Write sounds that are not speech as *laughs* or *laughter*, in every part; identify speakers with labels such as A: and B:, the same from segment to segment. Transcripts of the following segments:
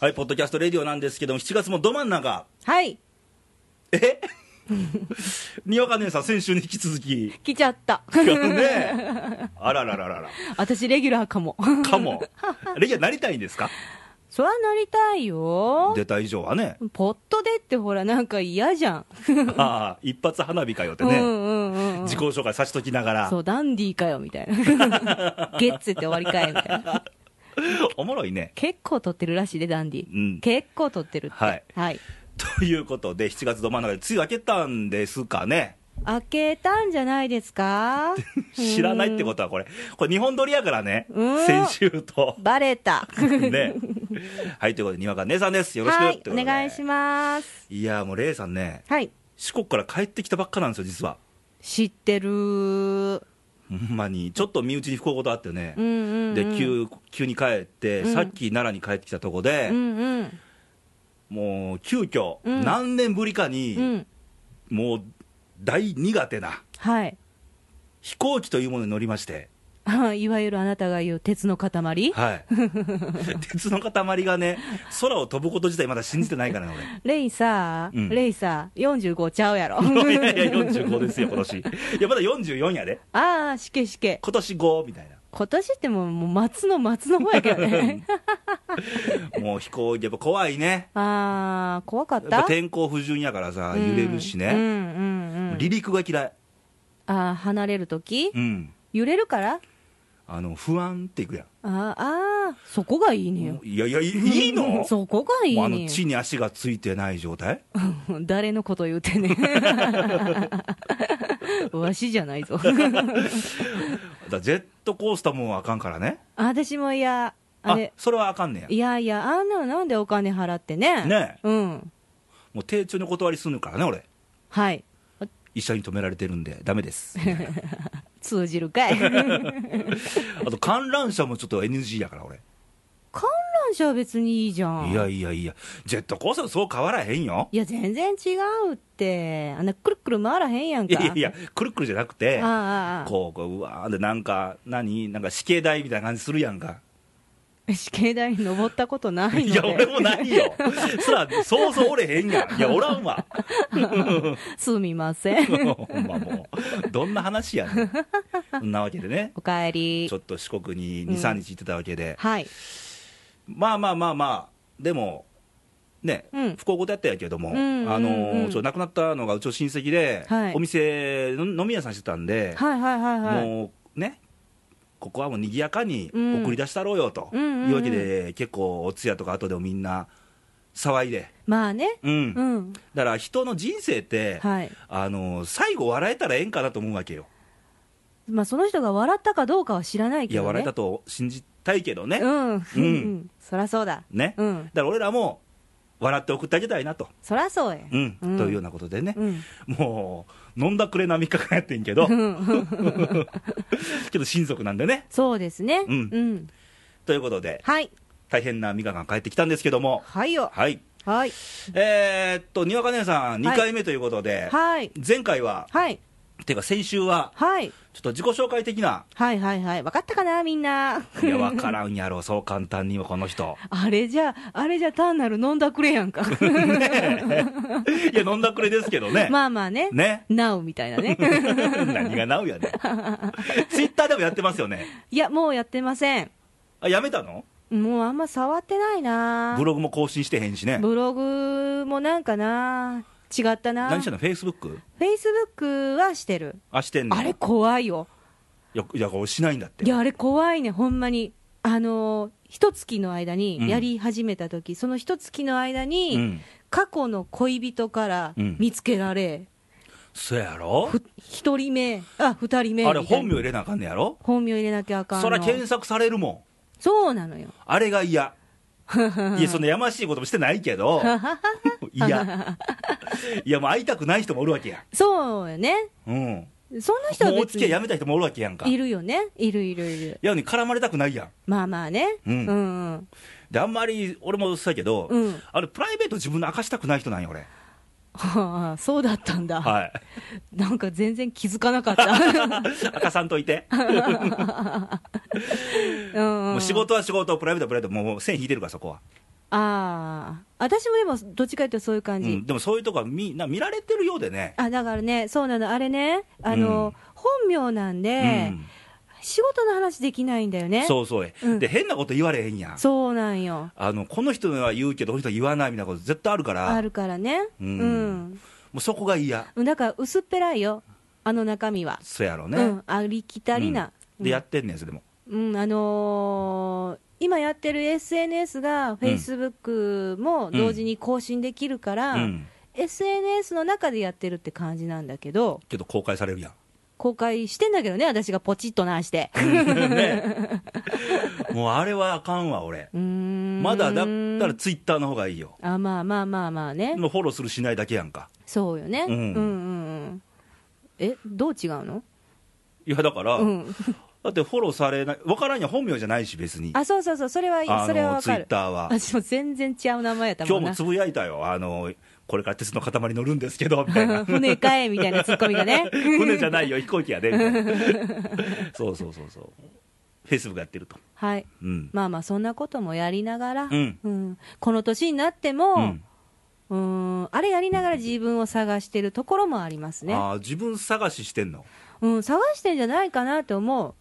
A: はい、ポッドキャストレディオなんですけども、7月もど真ん中、
B: はい
A: えにわか姉さん、先週に引き続
B: *laughs*
A: き、
B: 来ちゃった
A: ね、あららららら、
B: 私レギュラーかも *laughs*
A: かも、レギュラーなりたいんですか、
B: そらなりたいよ
A: 出た以上はね、
B: ポットでってほらなんか嫌じゃん、
A: ああ、一発花火かよって
B: うんう
A: ね、
B: んうんうん
A: 自己紹介さしときながら
B: そ、うダンディーかよみた
A: *laughs*
B: いなゲッツって終わりかいみたいな
A: おもろいね。
B: 結構撮ってるらしいでダンディー、
A: うん
B: 結構撮ってるって
A: はい
B: はい、
A: ということで、7月ど真ん中で、梅雨明けたんですかね、
B: 開けたんじゃないですか
A: *laughs* 知らないってことは、これ、これ、日本撮りやからね
B: うん、
A: 先週
B: *laughs*
A: と。
B: バレた
A: ね、はいということで、にわか姉さんです、よろしく、
B: はい
A: と
B: お
A: うことで
B: 願いします
A: いやーもう、レイさんね、
B: はい
A: 四国から帰ってきたばっかなんですよ、実は。
B: 知ってる
A: ほんまに、ちょっと身内に不幸事あってね
B: うん、うん、うん、
A: で急急に帰って、
B: うん
A: さっき奈良に帰ってきたとこ
B: う
A: で、
B: んうん
A: もう急遽、
B: うん
A: 何年ぶりかに、
B: うん
A: もう大苦手な
B: はい
A: 飛行機というものに乗りまして、
B: あ *laughs* いわゆるあなたが言う鉄の塊、
A: はい、 *laughs* 鉄の塊がね、空を飛ぶこと自体、まだ信じてないからね、俺。 *laughs*
B: レイさ、
A: うん
B: レイさ45ちゃうやろ
A: いやいや、45ですよ、今年。いや、まだ44やで。
B: *laughs* ああしけしけ
A: 今年5みたいな。
B: 今年ってもうもう松の松の方やけどね
A: もう飛行機、やっぱ怖いね。
B: *laughs* ああ怖かっ
A: やったぱ天候不順やからさ、揺れるし
B: うん
A: ね。
B: うんうん
A: 離陸が嫌い。
B: あー離れるとき
A: うん。
B: 揺れるから
A: あの、不安っていくや
B: あーあーそこがいいねよ
A: ん。いやいや、いいいの
B: そこがいい
A: もうあ
B: ね
A: の、
B: よ
A: 地に足がついてない状態
B: *laughs* 誰のこと言うて
A: *laughs*
B: んねんわしじゃないぞ
A: *laughs*
B: *laughs*
A: だジェットコースターもあかんからね。
B: 私もいやあ
A: あ
B: れ、
A: それはあかんねや。
B: いやいやあんなのなんでお金払ってね
A: ねえ
B: うん
A: もう丁重にお断りするからね、俺。
B: はい
A: 一緒に止められてるんで、ダメ
B: *laughs*
A: です。
B: 通じる
A: *laughs*
B: かい観
A: あと、観覧車もちょっと NG やから、俺。
B: 覧車は別にいいじゃん
A: いやいやいや、ジェットコースターとそう変わらへんよ。
B: いや全然違うってあんなくるくる回らへんやん
A: いや
B: か
A: いやいや、くるくるじゃなくて、
B: あああ
A: こう、こう、うわーで、なんか、何なんか死刑台みたいな感じするやんか。
B: あ死刑台に登ったことないので
A: いや、俺もないよ。そら、そうそうおれへんやん。いや、おらんわ。
B: すみませ
A: *laughs*
B: ん
A: ほんまもう。どんな話やねん。そんなわけでね。
B: おかえり
A: ちょっと四国に
B: うん
A: 2、3日行ってたわけで。
B: はい
A: まあまあまあまあ、でも、ね、
B: うん
A: 不幸事やったんやけども、
B: うんうんうん
A: あのーちょっと亡くなったのがうちの親戚で、
B: はい
A: お店の、飲み屋さんしてたんで、
B: はいはいはいはい
A: もうね、ここはもう賑やかに
B: うん
A: 送り出したろうよと、
B: うんうんうん
A: いうわけで、結構、お通夜とか後でもみんな騒いで、
B: まあね
A: うん
B: うん
A: だから人の人生って、
B: はい
A: あの最後、笑えたらええんかなと思うわけよ、
B: まあその人が笑ったかどうかは知らない
A: い
B: けど
A: や、
B: ね
A: 笑えたと信じたいけどね、
B: う
A: ん
B: ん、うん、そらそうだ
A: ねだ
B: うん
A: から俺らも笑って送ってあげたいなと、
B: そらそうや
A: うん
B: うん
A: というようなことでね、
B: うん
A: もう飲んだくれな3日間やってんけど、
B: うん
A: けど親族なんでね。
B: そうですね
A: うん
B: うん、
A: ということで、
B: はい
A: 大変な3日間帰ってきたんですけども、
B: はいよ
A: はい。
B: はい
A: えーっと、にわか姉さん、2回目ということで、
B: はい
A: 前回は、
B: はい
A: てか先週は、
B: はい
A: ちょっと自己紹介的な、
B: はいはいはい分かったかなみんな
A: いや、わからんやろ、そう簡単にはこの
B: *laughs*
A: 人。
B: あれじゃあれじゃ単なる飲んだくれやんか
A: いや、飲んだくれですけどね。
B: まあまあね。
A: ね
B: なおみたいなね
A: *laughs* 何がなうやねん。ツイッターでもやってますよね。
B: *laughs* いやもうやってません
A: あ、やめたの
B: もうあんま触ってないな
A: ブログも更新してへんしね。
B: ブログもなんかな違ったな
A: 何してんのフェイスブック
B: フェイスブックはしてる
A: あ、してんの
B: あれ怖いよ
A: いや、いや、これしないんだって。
B: いやあれ怖いねほんまにあのー一月の間
A: うん
B: にやり始めた時、その一月の間に、
A: うん。
B: 過去の恋人から
A: うん
B: 見つけられ、
A: そやろ
B: ふ一人目あ二人目
A: あれ
B: みたい
A: 本名
B: な
A: 入れなあかんねやろ
B: 本名入れなきゃあかんの
A: そら検索されるもん。
B: そうなのよ
A: あれが
B: *laughs*
A: 嫌。いや、そんなやましいこともしてないけど、いや、いや、もう会いたくない人もおるわけや。
B: そうよね
A: うん。
B: そんな人は
A: もうお
B: 別
A: 付き合い
B: に
A: やめた人もおるわけやんか。
B: い
A: い
B: るよねいるいるいる
A: やのに絡まれたくないやん。
B: まあまあね
A: うん
B: うん
A: で、あんまり、俺もそうやけど、
B: うん
A: あれ、プライベート自分の明かしたくない人なんよ、俺。
B: はあそうだったんだ、
A: はい。 *laughs*
B: なんか全然気づかなかった
A: 明かさんといて。
B: うんうん
A: もう仕事は仕事、プライベートはプライベート、もう線引いてるから、そこは。
B: ああ私もでもどっちかというとそういう
A: う
B: 感じ、
A: ん、でもそういうとこはみな見られてるようでね。
B: あだからねそうなのあれねあの、
A: うん
B: 本名なんで、
A: うん
B: 仕事の話できないんだよね
A: そうそう、
B: うん
A: で、変なこと言われへんやん。
B: そうなんよ
A: あのこの人は言うけど、この人は言わないみたいなこと絶対あるから、
B: あるからね
A: う
B: うんん、
A: もうそこが嫌、
B: だから薄っぺらいよあの中身は、
A: そやろね、
B: うんありきたりな、
A: で、やってんねん、それも。
B: うん、あのー今やってる SNS が、フェイスブックも同時に更新できるから、
A: うん、
B: SNS の中でやってるって感じなんだけど、
A: けど公開されるやん。
B: 公開してんだけどね、私がポチッとなして。
A: ね、 *laughs* もうあれはあかんわ、俺。
B: うーん
A: まだだったらツイッターの方がいいよ。
B: あ、まあまあまあまあね、
A: もうフォローするしないだけやんか。
B: そうよね、
A: う
B: うんん、うんうんえ、どう違うの
A: いや、だから、
B: うん、
A: だってフォローされない、わからんやん本名じゃないし、別に。
B: あ、そうそうそう、それはいい、それはわ
A: ツイ
B: か
A: ッ
B: る。
A: ターは。
B: 私も全然違う名前やった
A: 今日
B: もん
A: も
B: な。
A: つ。ぶやいたよ、あのこれから鉄の塊乗るんですけど、みたいな。
B: *laughs* 船かえみたいなツッコミがね *laughs*
A: 船じゃないよ、飛行機やで、みたいなそうそうそうそう。フェイスブックやってると。
B: はい。
A: うん。
B: まあまあそんなこともやりながら、
A: うん
B: この年になって
A: う
B: も
A: ん、
B: うーん、あれやりながら自分を探してるところもありますね、
A: あー自分探ししてんの
B: うん、探してんじゃないかなと思う、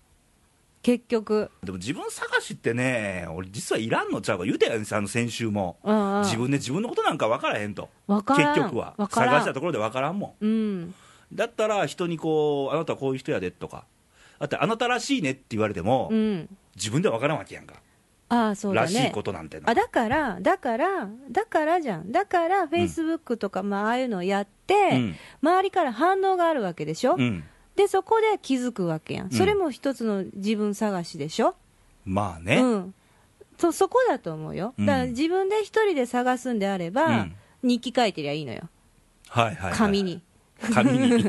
B: 結局、
A: でも自分探しってね、俺、実はいらんのちゃうか、言うたやん、あの先週も、
B: ああ
A: 自分で自分のことなんか分からへんと、
B: 分か
A: 結
B: らん
A: 局は
B: 分、からん
A: 探したところで分からんも
B: うん、
A: ん、だったら人にこう、あなたはこういう人やでとか、だってあなたらしいねって言われても、
B: うん、
A: 自分では分からんわけやんか、
B: ああ、そうだ
A: らしい
B: ね
A: こ。となんてな
B: あだから、だから、だからじゃん、だから、フェイスブックとか、まあ、ああいうのをやって、
A: うん
B: 周りから反応があるわけでしょ、
A: うん、
B: でそこで気づくわけやん、
A: うん
B: それも一つの自分探しでしょ、
A: まあね、
B: うん、そそこだと思うよ、
A: うん
B: だから自分で一人で探すんであれば、
A: うん
B: 日記書いてりゃいいのよ、
A: はいはいはい、
B: 紙に、
A: 紙
B: *laughs*
A: に、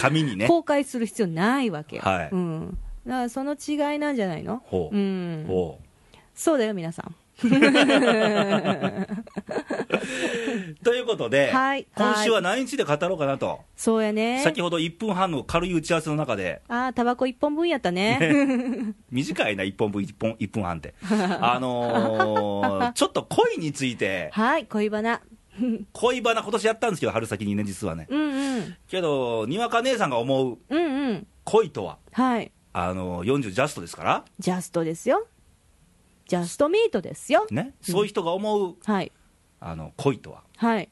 A: 紙にね、
B: 公開する必要ないわけよ、
A: はい
B: うん、だからその違いなんじゃないの、
A: ほ
B: う
A: う、
B: ん、
A: ほ
B: そうだよ、皆さん。
A: う。ということで、
B: はい
A: 今週は何日で語ろうかなと、
B: そうやね
A: 先ほど1分半の軽い打ち合わせの中で、
B: ああ、タバコ一本分やったね。
A: 短いな、1本分、1本、1分半って。あのー、ちょっと恋について、
B: *laughs* はい、恋バナ。
A: 恋バナ、今年やったんですけど、春先にね、実はね。
B: うんうん。
A: けど、にわか姉さんが思う
B: うんうん。
A: 恋とは、
B: はい。
A: あのー、40ジャストですから、
B: ジャストですよ。ジャストミートですよ。
A: ね、そういう人が思う、
B: はい。
A: あの、恋とは。
B: はい。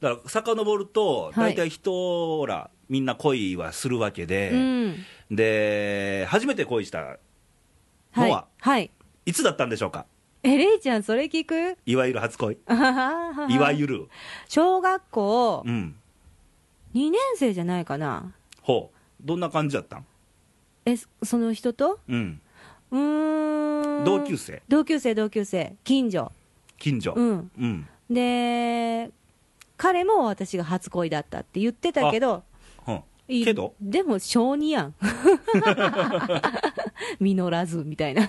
A: だから、遡ると、
B: は
A: 大
B: い
A: 体人、ほら、みんな恋はするわけ
B: う
A: で、
B: ん。
A: で、初めて恋した、
B: は
A: ノア
B: い。はい。
A: いつだったんでしょうか
B: え、レイちゃん、それ聞く
A: いわゆる初恋。い
B: い
A: わゆる。
B: 小学校
A: うん。
B: 2年生じゃないかな、
A: ほう。どんな感じだったん
B: えその人と
A: うん。
B: うーん
A: 同級生
B: 同級生同級生近所
A: 近所。
B: うん
A: うん。
B: で彼も私が初恋だったって言ってたけど
A: うん。
B: いい
A: けど、
B: でも小2やん *laughs* 実らずみたいな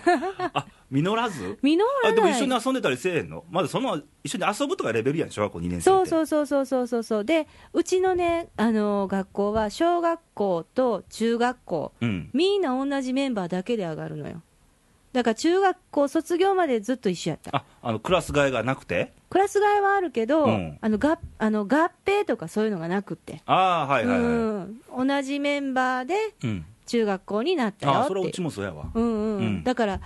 A: あ、実らず
B: 実
A: あ、
B: らない
A: でも一緒に遊んでたりせえへんのまだその、一緒に遊ぶとかレベルやん、小学校2年生って。
B: そう
A: う。
B: そうそうそうそうそうそうでうちのね、あの学校は小学校と中学校
A: ん。
B: みんな同じメンバーだけで上がるのよだから中学校卒業までずっと一緒やった
A: あ、あの、クラス替えがなくて
B: クラス替えはあるけど、
A: うん
B: あのがあの合併とかそういうのがなくって、
A: ああ、はいはいは
B: うん同じメンバーで
A: い。うん。
B: 中学校になったよ
A: あ
B: っ
A: あ、そ
B: て
A: れはう
B: い
A: ち
B: う
A: もそうやわ。
B: うんうんうん
A: うん
B: だから、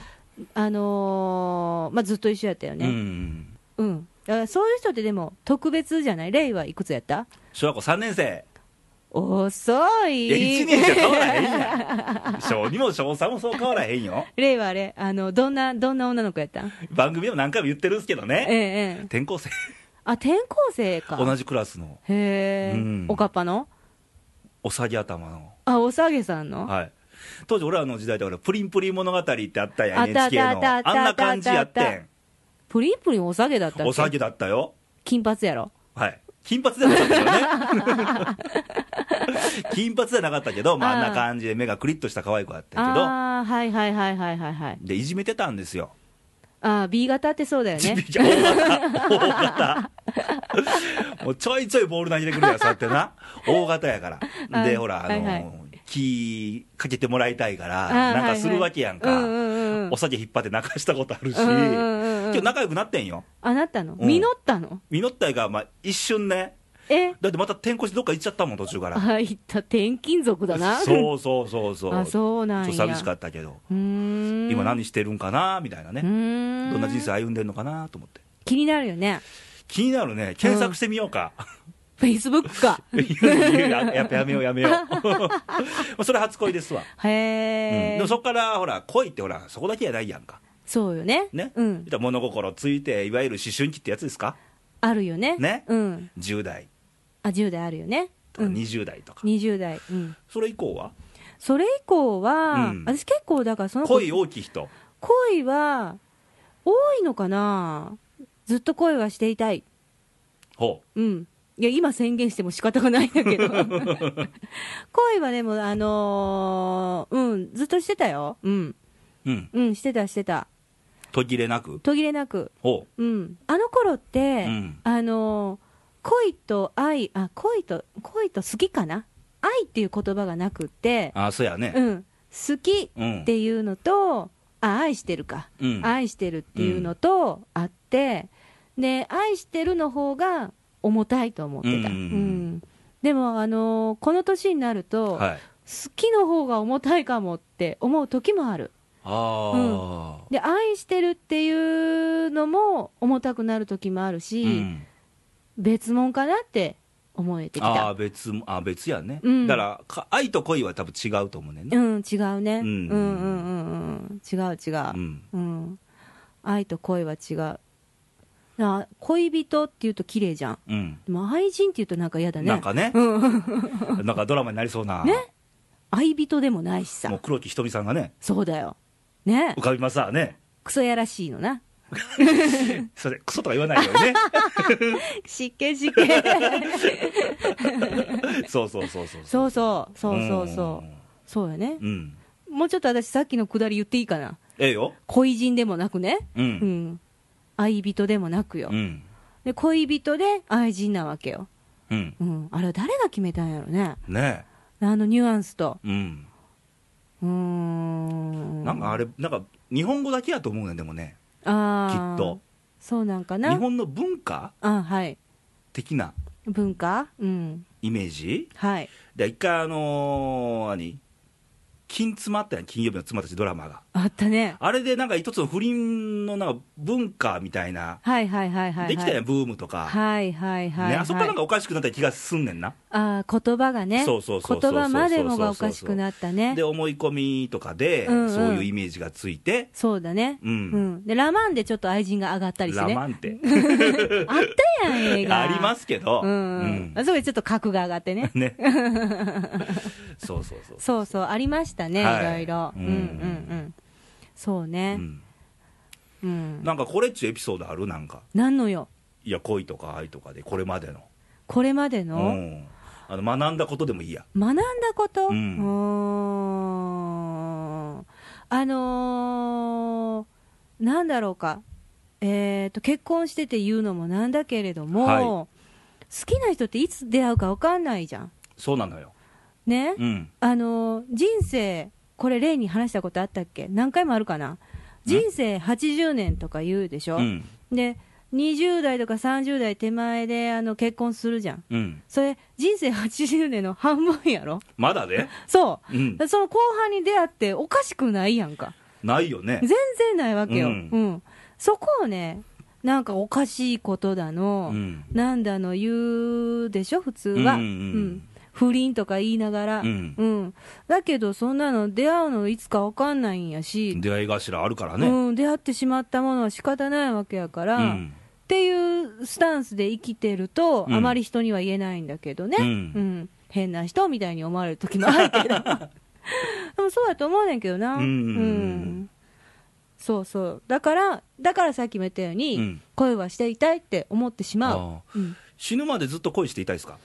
B: あのーまあ、ずっと一緒やったよ
A: う
B: ね、
A: ん。
B: うんだからそういう人ってでも特別じゃないレイはいくつやった
A: 小学校3年生。
B: 遅い
A: いや、1年じゃ変わらへんや
B: *laughs*
A: ん。小2も小3もそう変わらへんよ。
B: レイはあれあのどんなどんな女の子やったん
A: 番組でも何回も言ってるんすけど
B: ええ
A: ね。
B: ええ
A: 転校生。
B: あ転校生か
A: 同じクラスの、
B: へえ、
A: うん
B: おかっぱの
A: おさぎ頭の。
B: あおさげさんの、
A: はい、当時、俺らの時代で俺、プリンプリン物語ってあったや
B: あ
A: ん、
B: ったあっ
A: NHK
B: たあっ
A: の。
B: た
A: あ
B: あっ
A: ん
B: たあ
A: な
B: ったあ
A: 感
B: っ
A: じ
B: た
A: や
B: あ
A: っ
B: った
A: てん。
B: プリンプリンおさげだったっけ
A: お酒だったよ。
B: 金髪やろ
A: はい。金髪ではなかったよね。
B: *laughs*
A: 金髪ではなかったけど、まあ、
B: あー
A: あんな感じで目がクリッとした可愛い子だったけど、
B: ああはいはいはいはいはいはい
A: で、いじめてたんですよ。
B: ああ B 型ってそうだよ
A: 大
B: ね
A: *laughs* 型。大
B: *laughs*
A: 型。もうちょいちょいボール投げてくるやん、そうやってな。大型やから。で、
B: はい
A: ほら、あのー
B: はいはい
A: 気かけてもらいたいから、
B: あー
A: なん
B: はい
A: か
B: はい
A: するわけやんか、
B: うんうんうんうん
A: お酒引っ張って泣かしたことあるし、
B: うんうんうんうん
A: 今日仲良くなってんよ、
B: あなったの
A: うん
B: 実ったの
A: 実ったいが、まあ、一瞬ね、
B: え
A: だってまた転校してどっか行っちゃったもん、途中から。
B: あいった転勤族だな
A: そうそうそうそう、
B: *laughs* あ
A: ちょ
B: そうなん
A: っ
B: や
A: と寂しかったけど、
B: うーん
A: 今、何してるんかなみたいなね、ど
B: ど
A: んな人生歩んでるのかなと思って、
B: 気になるよね
A: 気になるね、検索してみようか。
B: フェイスブックか
A: いやいややっぱやめよう、やめよう、ま
B: *laughs*
A: あそれ初恋ですわ、
B: へ
A: *laughs* うん
B: え、
A: でもそこからほら、恋ってほら、そこだけやないやんか、
B: そうよね
A: ね、
B: うん
A: 言ったら物心ついて、いわゆる思春期ってやつですか、
B: あるよね
A: ね
B: うん
A: 10代
B: あ10代あるよね
A: とか
B: うん
A: 20代とか、
B: 20代うん
A: それ以降は、
B: それ以降は、
A: うん
B: 私結構だからその子
A: 恋大きい人、
B: 恋は多いのかなずっと恋はしていたい
A: ほ
B: うんいや今宣言しても仕方がないんだけ
A: *laughs*
B: ど恋はでもあのーうんずっとしてたようん
A: う、うん、
B: うんしてたしてた
A: 途切れなく、
B: 途切れなく
A: ほ
B: うんあの頃っ
A: う、
B: て、
A: うん、
B: あのー恋と愛あ恋と恋と好きかな愛っていう言葉がなくって
A: あそうやね、
B: うん好き
A: うん
B: っ、ていうのと、あ愛してるか、
A: うん、
B: 愛してるっていうのとあって、で愛してるの方が重たいと思ってた、
A: う
B: うんん
A: うんうん
B: でも、あのーこの年になると、
A: はい、
B: 好きの方が重たいかもって思う時もある
A: ああ、
B: で愛してるっていうのも重たくなる時もあるし、
A: うん
B: 別物かなって思えてき
A: あー
B: た
A: 別もあー別やね、
B: うん
A: だからか愛と恋は多分違うと思うねん
B: う
A: な、
B: ん違う
A: う
B: ね、うんん、うんうんうんうん違う違う、
A: うん、
B: うん、愛と恋は違うな恋人っていうと綺麗じゃん
A: うん、
B: でも愛人っていうとなんか嫌だね
A: なんかね、なんかドラマになりそうな、
B: ね愛人でもないし
A: も
B: さ
A: う黒木ひとみさんがね、
B: そうだよね
A: 浮かびますわね、
B: クソやらしいのな
A: それ、クソとか言わないよ
B: *laughs*
A: うにね、
B: 湿気湿気
A: そうそうそうそう、
B: *laughs* そうそうそうそうそ
A: ん
B: うそうよね
A: うん、うん、
B: もうちょっと私さっきのくだり言っていいかな
A: ええよ、
B: 恋人でもなくね
A: う、
B: うんん愛人でもなくよ
A: うん、
B: で恋人で愛人なわけよ
A: うん、
B: うんあれは誰が決めたんやろね
A: ね
B: あのニュアンスと
A: え、うん、
B: うーん
A: なんかあれ、なんか日本語だけやと思うねん、でもね、き
B: あー
A: っと
B: そうなんか
A: 日
B: な
A: 本の文化
B: あはい
A: 的な
B: 文化うん
A: イメージ、
B: はい
A: で一回、あのー、何、金妻あったやん、金曜日の妻たちドラマが。
B: あったね
A: あれでなんか一つの不倫のなんか文化みたいな、
B: はいはいはいはいはい
A: できたやん、ブームとか、
B: はいはいはいはい
A: ね、あそこからなんかおかしくなった気がすんねんな、
B: あー言葉がね
A: そうそうそうそう
B: 言葉までもがおかしくなったね
A: で思い込みとかで、
B: うんうん
A: そういうイメージがついて、
B: そうだね
A: うん
B: うんでラマンでちょっと愛人が上がったりして
A: ラ
B: ね
A: マンって、
B: あったやん映画
A: ありますすけど、
B: うん、
A: うん
B: あそこでちょっと格が上がっ
A: *laughs*
B: てね
A: ね、そうそうそう、
B: そうそうありましたね、
A: はい
B: い、ろいろ
A: う
B: うんんうんうんそうね
A: うん
B: うん、
A: なんかこれっちゅうエピソードある、なんか、
B: なんのよ
A: いや、恋とか愛とかで、これまでの、
B: これまで
A: う
B: の、
A: ん、あの学んだことでもいいや、
B: 学んだこと、
A: う
B: うんーんあのーなんだろうか、えー、と結婚してて言うのもなんだけれども、
A: はい
B: 好きな人っていつ出会うか分かんないじゃん、
A: そうなのよ、
B: ね、
A: うん、
B: あのー人生、これ、例に話したことあったっけ、何回もあるかな、人生80年とか言うでしょ、
A: うん、
B: で20代とか30代手前であの結婚するじゃん、
A: うん、
B: それ、人生80年の半分やろ、
A: まだね、
B: そう。
A: うん、
B: その後半に出会っておかしくないやんか
A: ないよね
B: 全、然ないわけよ、
A: う
B: うんんそこをねなんかおかしいことだの、
A: うん、
B: なんだの言うでしょ普通は、
A: うんうんうん
B: 不倫とか言いながら、
A: うん
B: だけどそんなの出会うのいつか分かんないんやし、
A: 出会い頭あるからね、
B: うん、出会ってしまったものは仕方ないわけやから、
A: うん
B: っていうスタンスで生きてると、
A: うん
B: あまり人には言えないんだけどね、
A: う
B: うんん変な人みたいに思われる時もあるけどで
A: *laughs*
B: もそうだと思うねんけどな、
A: うん
B: んそうそうだからだからさっきも言ったように、
A: うん
B: 恋はしていたいって思ってしまう、
A: ああ
B: うん
A: 死ぬまでずっと恋していたいですか、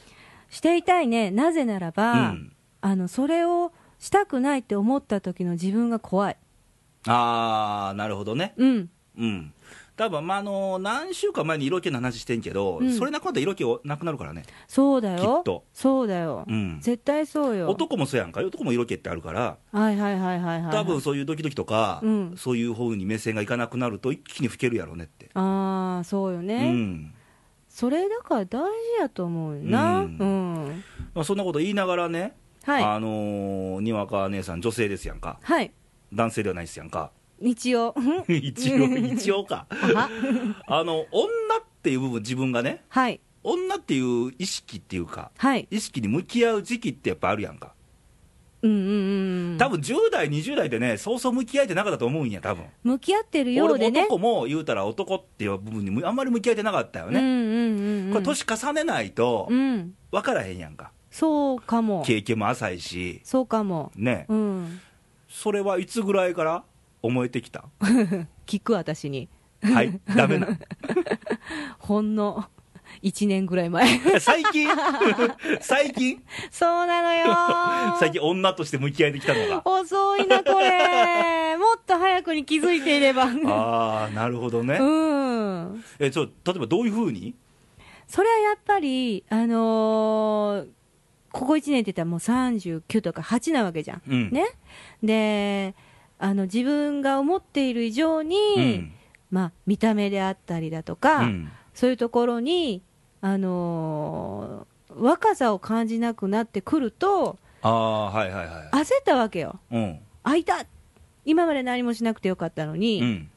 B: していたいねなぜならば、
A: うん
B: あのそれをしたくないって思った時の自分が怖い
A: あー、なるほどね、
B: うん
A: うん、多分まああの何週間前に色気の話してんけど、
B: うん
A: それなくなったら色気なくなるからね、
B: そうだよ
A: きっと
B: そうだよ、
A: うん
B: 絶対そうよ
A: 男もそうやんか男も色気ってあるから
B: はいはいはいはいはい
A: 多分そういうドキドキとか、
B: うん
A: そういう方に目線がいかなくなると一気に老けるやろうねって、
B: ああそうよ
A: う
B: ね、
A: ん
B: それだから大事やと思うよな
A: う
B: うんん、
A: まあ、そんなこと言いながらね、
B: はい
A: あのーにわか姉さん女性ですやんか
B: はい
A: 男性ではないですやんか
B: 日曜
A: *laughs* 一応一応か
B: *laughs* は
A: あの女っていう部分自分がね
B: はい
A: 女っていう意識っていうか
B: はい
A: 意識に向き合う時期ってやっぱあるやんか
B: うんうんうん
A: 多分10代20代でねそうそう向き合えてなかったと思うんや多分
B: 向き合ってるよう
A: 俺
B: で
A: も
B: ね
A: 男も言うたら男っていう部分にむあんまり向き合えてなかったよ
B: うん
A: ね、
B: うんうんうん
A: これ年重ねないと
B: うん
A: 分からへんやんか
B: そうかも
A: 経験も浅いし
B: そうかも
A: ね
B: うん
A: それはいつぐらいから思えてき
B: *laughs*
A: た
B: 聞く私に
A: はいダメなの
B: ほんの1年ぐらい前 *laughs*
A: 最近 *laughs* 最近
B: そうなのよ
A: *laughs*
B: ー
A: 最近女として向き合えてきたのが
B: 遅いな
A: *laughs*
B: これもっと早くに気づいていればう
A: ああなるほどね、
B: ん
A: えそう例えばどういうふうに
B: それはやっぱりあのーここ1年って言ったらもう39とか8なわけじゃん、
A: うん
B: ねであの自分が思っている以上に、
A: うん
B: まあ、見た目であったりだとか、
A: うん
B: そういうところに、あのー若さを感じなくなってくると
A: ああはいはいはい
B: 焦ったわけよ
A: うん
B: あいた今まで何もしなくてよかったのに、
A: うん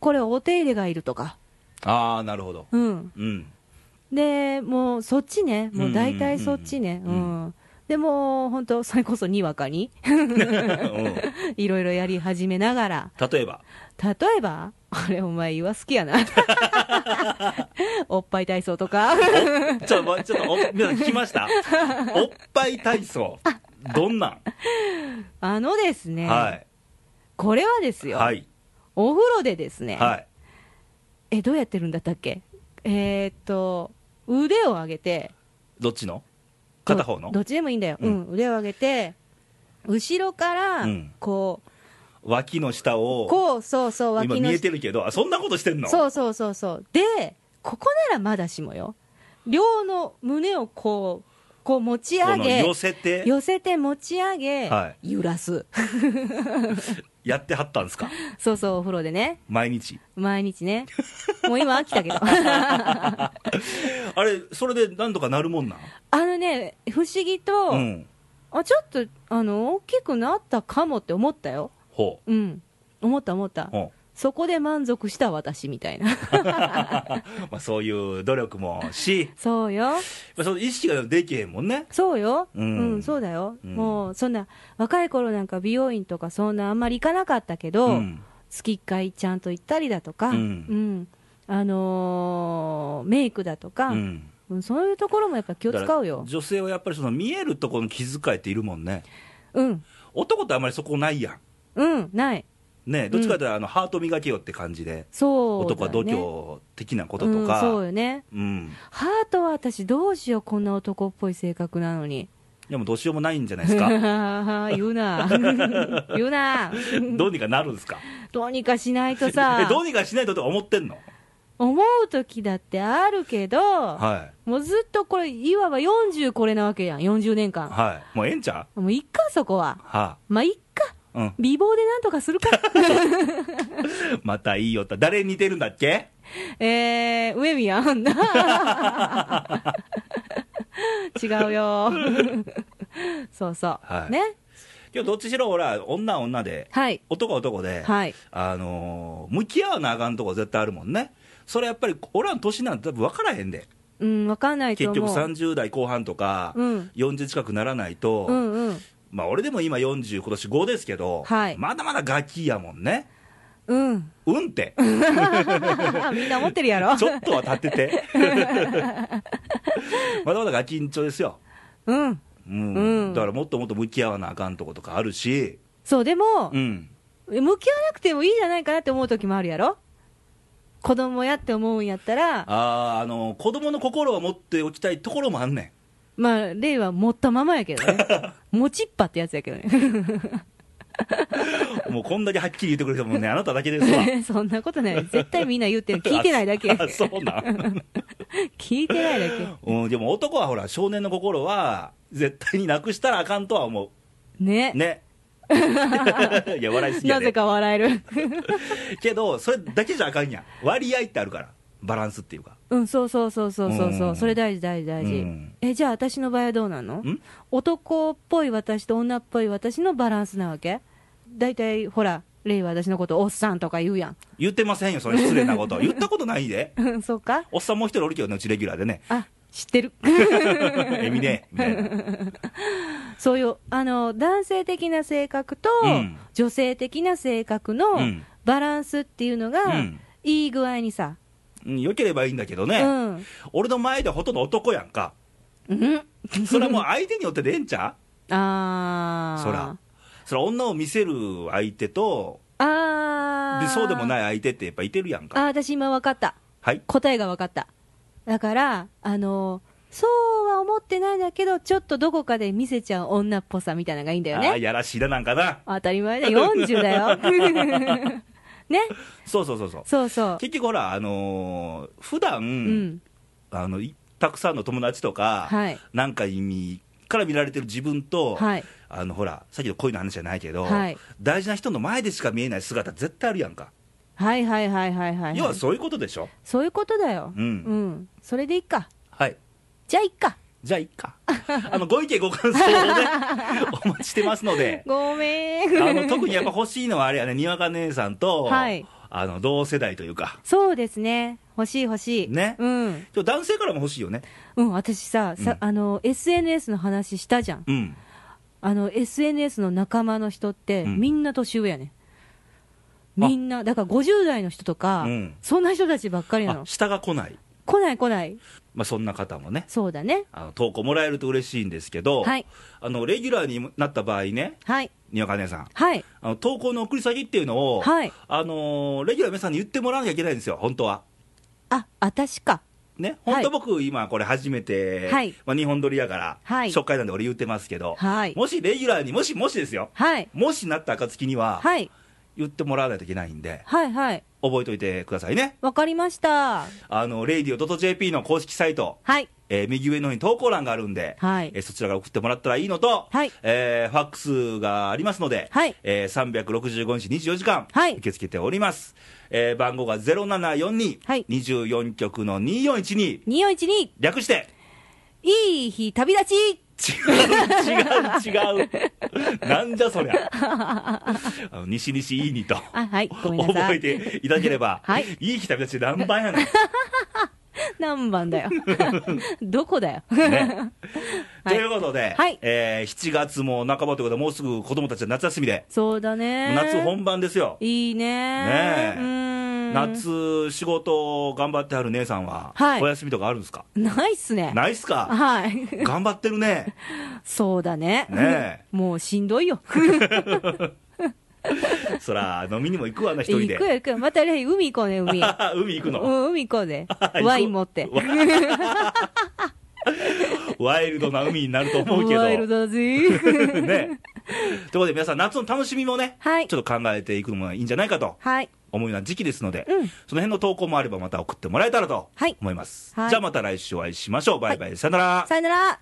B: これお手入れがいるとか、
A: ああなるほど
B: うん、
A: うん
B: でもうそっちねもう大体そっちね
A: う
B: うんん、
A: うんうんう
B: でもう本当それこそにわかに *laughs*
A: うん
B: いろいろやり始めながら
A: 例えば
B: 例えばあれお前岩好きやなおっぱい体操とか
A: ちょっとま、ちょっと、お皆さん聞きましたおっぱい体操。どんなん、
B: あのですね、
A: は
B: これはです
A: い。
B: よ、
A: はい。
B: お風呂でですね、
A: はい。
B: えどうやってるんだったっけえーっと腕を上げて
A: どっちの片方の
B: どどっちでもいいんだよ、うん腕を上げて後ろから
A: うん
B: こう、
A: 脇の下を、
B: こうそうそう
A: 今見
B: 脇の
A: えてるけど、あ、そんなことしてんの
B: そうそうそうそうでここならまだしもよ両の胸をこうこう持ち
A: こ
B: 上
A: の
B: げ
A: 寄せて、
B: 寄せて持ち上げ、
A: は
B: 揺らす
A: やってはったんですか
B: そうそうお風呂でね
A: 毎日。
B: 毎日ね
A: *laughs*
B: もう今飽きたけど
A: あれ、それで何とかなるもんなん
B: あのね不思議と、
A: うん。
B: あちょっとあの大きくなったかもって思ったよ
A: ほ
B: うん思った思った
A: う。うん
B: そこで満足した私みたいな
A: *laughs* まあ、そういう努力も
B: *laughs*
A: し、
B: そうよ
A: まあ、その意識ができへんもんね。
B: そうよ、
A: う
B: うんん、そうだよ、
A: うん
B: もうそんな、若い頃なんか美容院とか、そんなあんまり行かなかったけど、
A: うん。
B: 月1回ちゃんと行ったりだとか、
A: う
B: うんんあのーメイクだとか、
A: うん
B: うんそういうところもやっぱ気を使う
A: だか
B: よ
A: ら、女性はやっぱりその見えるところの気遣いっているもんね。
B: うん、
A: 男ってあんまりそこないやん。
B: うん、ない、
A: ね、どっちかというと、あのハート磨けよって感じで、
B: そうだ、ね、
A: 男は度胸的なこと
B: う
A: と
B: ん
A: か、
B: そうよね、
A: うん
B: ハートは私、どうしよう、こんな男っぽい性格なのに。
A: でもどうしようもないんじゃないです
B: *laughs*
A: か、
B: 言
A: *laughs*
B: うな、言うな、
A: どうにかなるんですか、
B: どうにかしないと
A: え
B: さ。
A: どうにかしないととか思ってんの、
B: 思う時だってあるけど、
A: は
B: もうずっとこれ、いわば40これなわけやん、40年
A: い、
B: 間。
A: はい、もうええんちゃう
B: もういっか、そこは。
A: は
B: まあ、いっか。
A: あうん、
B: 美貌でなんとかす
A: *laughs*
B: るか。
A: またいいよった、誰に似てるんだっけ、
B: えー、上宮
A: *laughs*
B: あんな。違
A: *laughs*
B: うよ。そうそう。
A: はい
B: ね。
A: 今日どっちしろ、ほら、女は女で、
B: はい。
A: 男は男で、
B: はい。
A: あのー向き合わなあかんとこ絶対あるもんね、それやっぱり、俺らの年なんて、多分分からへんで、
B: うん、わかんないと
A: 結
B: 思う。
A: 局30代後半とか、
B: うん。
A: 40近くならないと。
B: うんうん。
A: まあ、俺でも今40、今年5ですけど、
B: はい
A: まだまだガキやもんね、 *laughs*
B: うん。
A: うんって、
B: *laughs* みんな思ってるやろ
A: ち。ょっとは立て
B: *laughs*
A: て、まだまだガキんちょですよ、
B: うん。
A: うん
B: うん
A: だからもっともっと向き合わなあかんとことかあるし、
B: そう、でも、
A: うん、
B: 向き合わなくてもいいじゃないかなって思う時もあるやろ子供やって思うんやったら
A: あーあの子供の心を持っておきたいところもあんね *laughs*
B: まあ例は持ったままやけどね持ちっぱってやつやけどね
A: ん、もうこんだけはっきり言ってくれてもね、あなただけですわ。
B: *laughs* そんなことない。絶対みんな言ってる。聞いてな
A: *laughs*
B: いだけ。
A: あそう
B: *laughs*
A: なん、
B: 聞いてないだけ。
A: うん、でも男はほら、少年の心は、絶対になくしたらあかんとは思
B: ね。
A: う、
B: *laughs*
A: ね。いや、笑いすぎや
B: なぜ
A: で、
B: か笑える。
A: けど、それだけじゃあかんやん、割合ってあるから、バランスっていうか、
B: うん、そうそうそうそうそうそう、
A: うん
B: それ大事大事大事、
A: うん
B: えじゃあ私の場合はどうなの
A: ん
B: 男っぽい私と女っぽい私のバランスなわけ大体ほらレイは私のことおっさんとか言うやん
A: 言ってませんよ、それ失礼なこと、言ったことないで、
B: うん *laughs* そうか
A: おっさんもう一人おるけどね、うちレギュラーでね、
B: あ知ってる *laughs*
A: エミね、みたいな、
B: そういうあの男性的な性格と、
A: うん
B: 女性的な性格
A: う
B: の
A: ん
B: バランスっていうのが、
A: うん
B: いい具合にさ、
A: うん、よければいいんだけどね、
B: うん
A: 俺の前ではほとんど男やんか、
B: うん
A: それはもう相手によってでえんちゃ
B: あ
A: う
B: あ
A: そら、そら女を見せる相手と、
B: あ
A: で
B: あ
A: そうでも
B: い
A: ない相手ってやっぱいてるやんか、
B: あー私今分かった
A: はい、
B: 答えが分かっただからあのそうは思ってないんだけどちょっとどこかで見せちゃう女っぽさみたいなのがいいんだよ
A: ああ、
B: ね
A: やらしいだなんかな、
B: 当たり前だ40
A: *laughs*
B: だよね
A: そうそうそうそう、
B: そうそう
A: 結局ほら、あのー普段、
B: うん
A: あのいたくさんの友達とか、
B: はい
A: なんか意味から見られてる自分と、
B: はい
A: あのほら、さっきの恋の話じゃないけど、
B: はい
A: 大事な人の前でしか見えない姿、絶対あるやんか、
B: はいはいはいはいはい
A: 要はそういうことでしょ、
B: そういうことだよ
A: うん
B: んそれでいいか
A: はい、
B: じゃあいっか
A: じゃあ、いっか、 *laughs* あのご意見、ご感想を
B: *laughs*
A: ね、お待ちしてますので、
B: ごめ
A: あの
B: ん
A: 特にやっぱ欲しいのは、あれやね、にわか姉さんと、
B: はい
A: あの同世代というか、
B: そうですね欲しい欲しい
A: ね
B: うん
A: 今日男性からも欲しいよね、
B: うん私ささあの SNS の話したじゃん
A: うん、
B: あの SNS の仲間の人って、
A: うん
B: みんな年上やねん
A: あ
B: みんなだから50代の人とか、
A: うん
B: そんな人たちばっかりな
A: あ
B: の
A: 下が来ない、
B: 来ない来ない
A: まあ、そんな方もね。
B: そうだね
A: あの投稿もらえると嬉しいんですけど、
B: はい
A: あのレギュラーになった場合ね、
B: はい
A: にわか姉さん、
B: はい
A: あの投稿の送り先っていうのを、
B: はい
A: あのーレギュラーの皆さんに言ってもらわなきゃいけないんですよ、本当は。
B: あ私か
A: ね、
B: はい
A: 本当僕、今、これ初めて、
B: はい
A: まあ、日本撮りやから、
B: はい
A: 初回なんで俺言ってますけど、
B: はい
A: もしレギュラーに、もしもしですよ、
B: はい
A: もしなった暁には、
B: はい
A: 言ってもらわないといけないんで、
B: はいはい
A: 覚えておいてくださいね。
B: わかりました
A: あの、radio.jp の公式サイト、
B: はい
A: えー右上の方に投稿欄があるんで、
B: はい
A: えーそちらから送ってもらったらいいのと、
B: はい
A: えーファックスがありますので、
B: はい
A: えー365日24時間、
B: はい
A: 受け付けております、えー番号が0742、
B: はい
A: 24局の2412
B: 2412
A: 略して
B: いい日旅立ち
A: 違う違う違う
B: *laughs*
A: なんじゃそりゃあの西西いいにと
B: あはいごめんなさ
A: 覚え
B: い
A: ていただければ、
B: はい
A: いい日旅立ち何番やねん
B: 何
A: *laughs*
B: 番だよどこだよ
A: ね
B: *laughs* はい
A: ということで、
B: はい
A: えー7月も半ばということで、もうすぐ子供たちは夏休みで、
B: そうだね
A: 夏本番ですよ、
B: いいね
A: ねえ
B: うん
A: 夏、仕事頑張ってはる姉さんは、
B: はい
A: お休みとかあるんですか、
B: ないっすね
A: ないっすか、
B: はい。
A: 頑張ってるね、
B: *laughs* そうだね。
A: ね
B: *laughs* もうしんどいよ。
A: そら、飲みにも行くわな、一人
B: 行
A: で
B: く。よ行くよ。またね、海行こうね、海。う
A: 海行くの、
B: ん、海行こうね
A: *laughs* 行こ。う
B: ワイン持って。
A: ワイルドな海になると思うけど。
B: ワイ *laughs* ルドだぜ。
A: *laughs* ね、ということで、皆さん、夏の楽しみもね、
B: はい
A: ち。ょっと考えていくのもいいんじゃないかと
B: はい。
A: 思うような時期ですので、
B: うん。
A: その辺の投稿もあればまた送ってもらえたらと
B: はい
A: 思います、
B: はい
A: じゃあまた来週お会いしましょうバイバイ、さよなら
B: さよなら。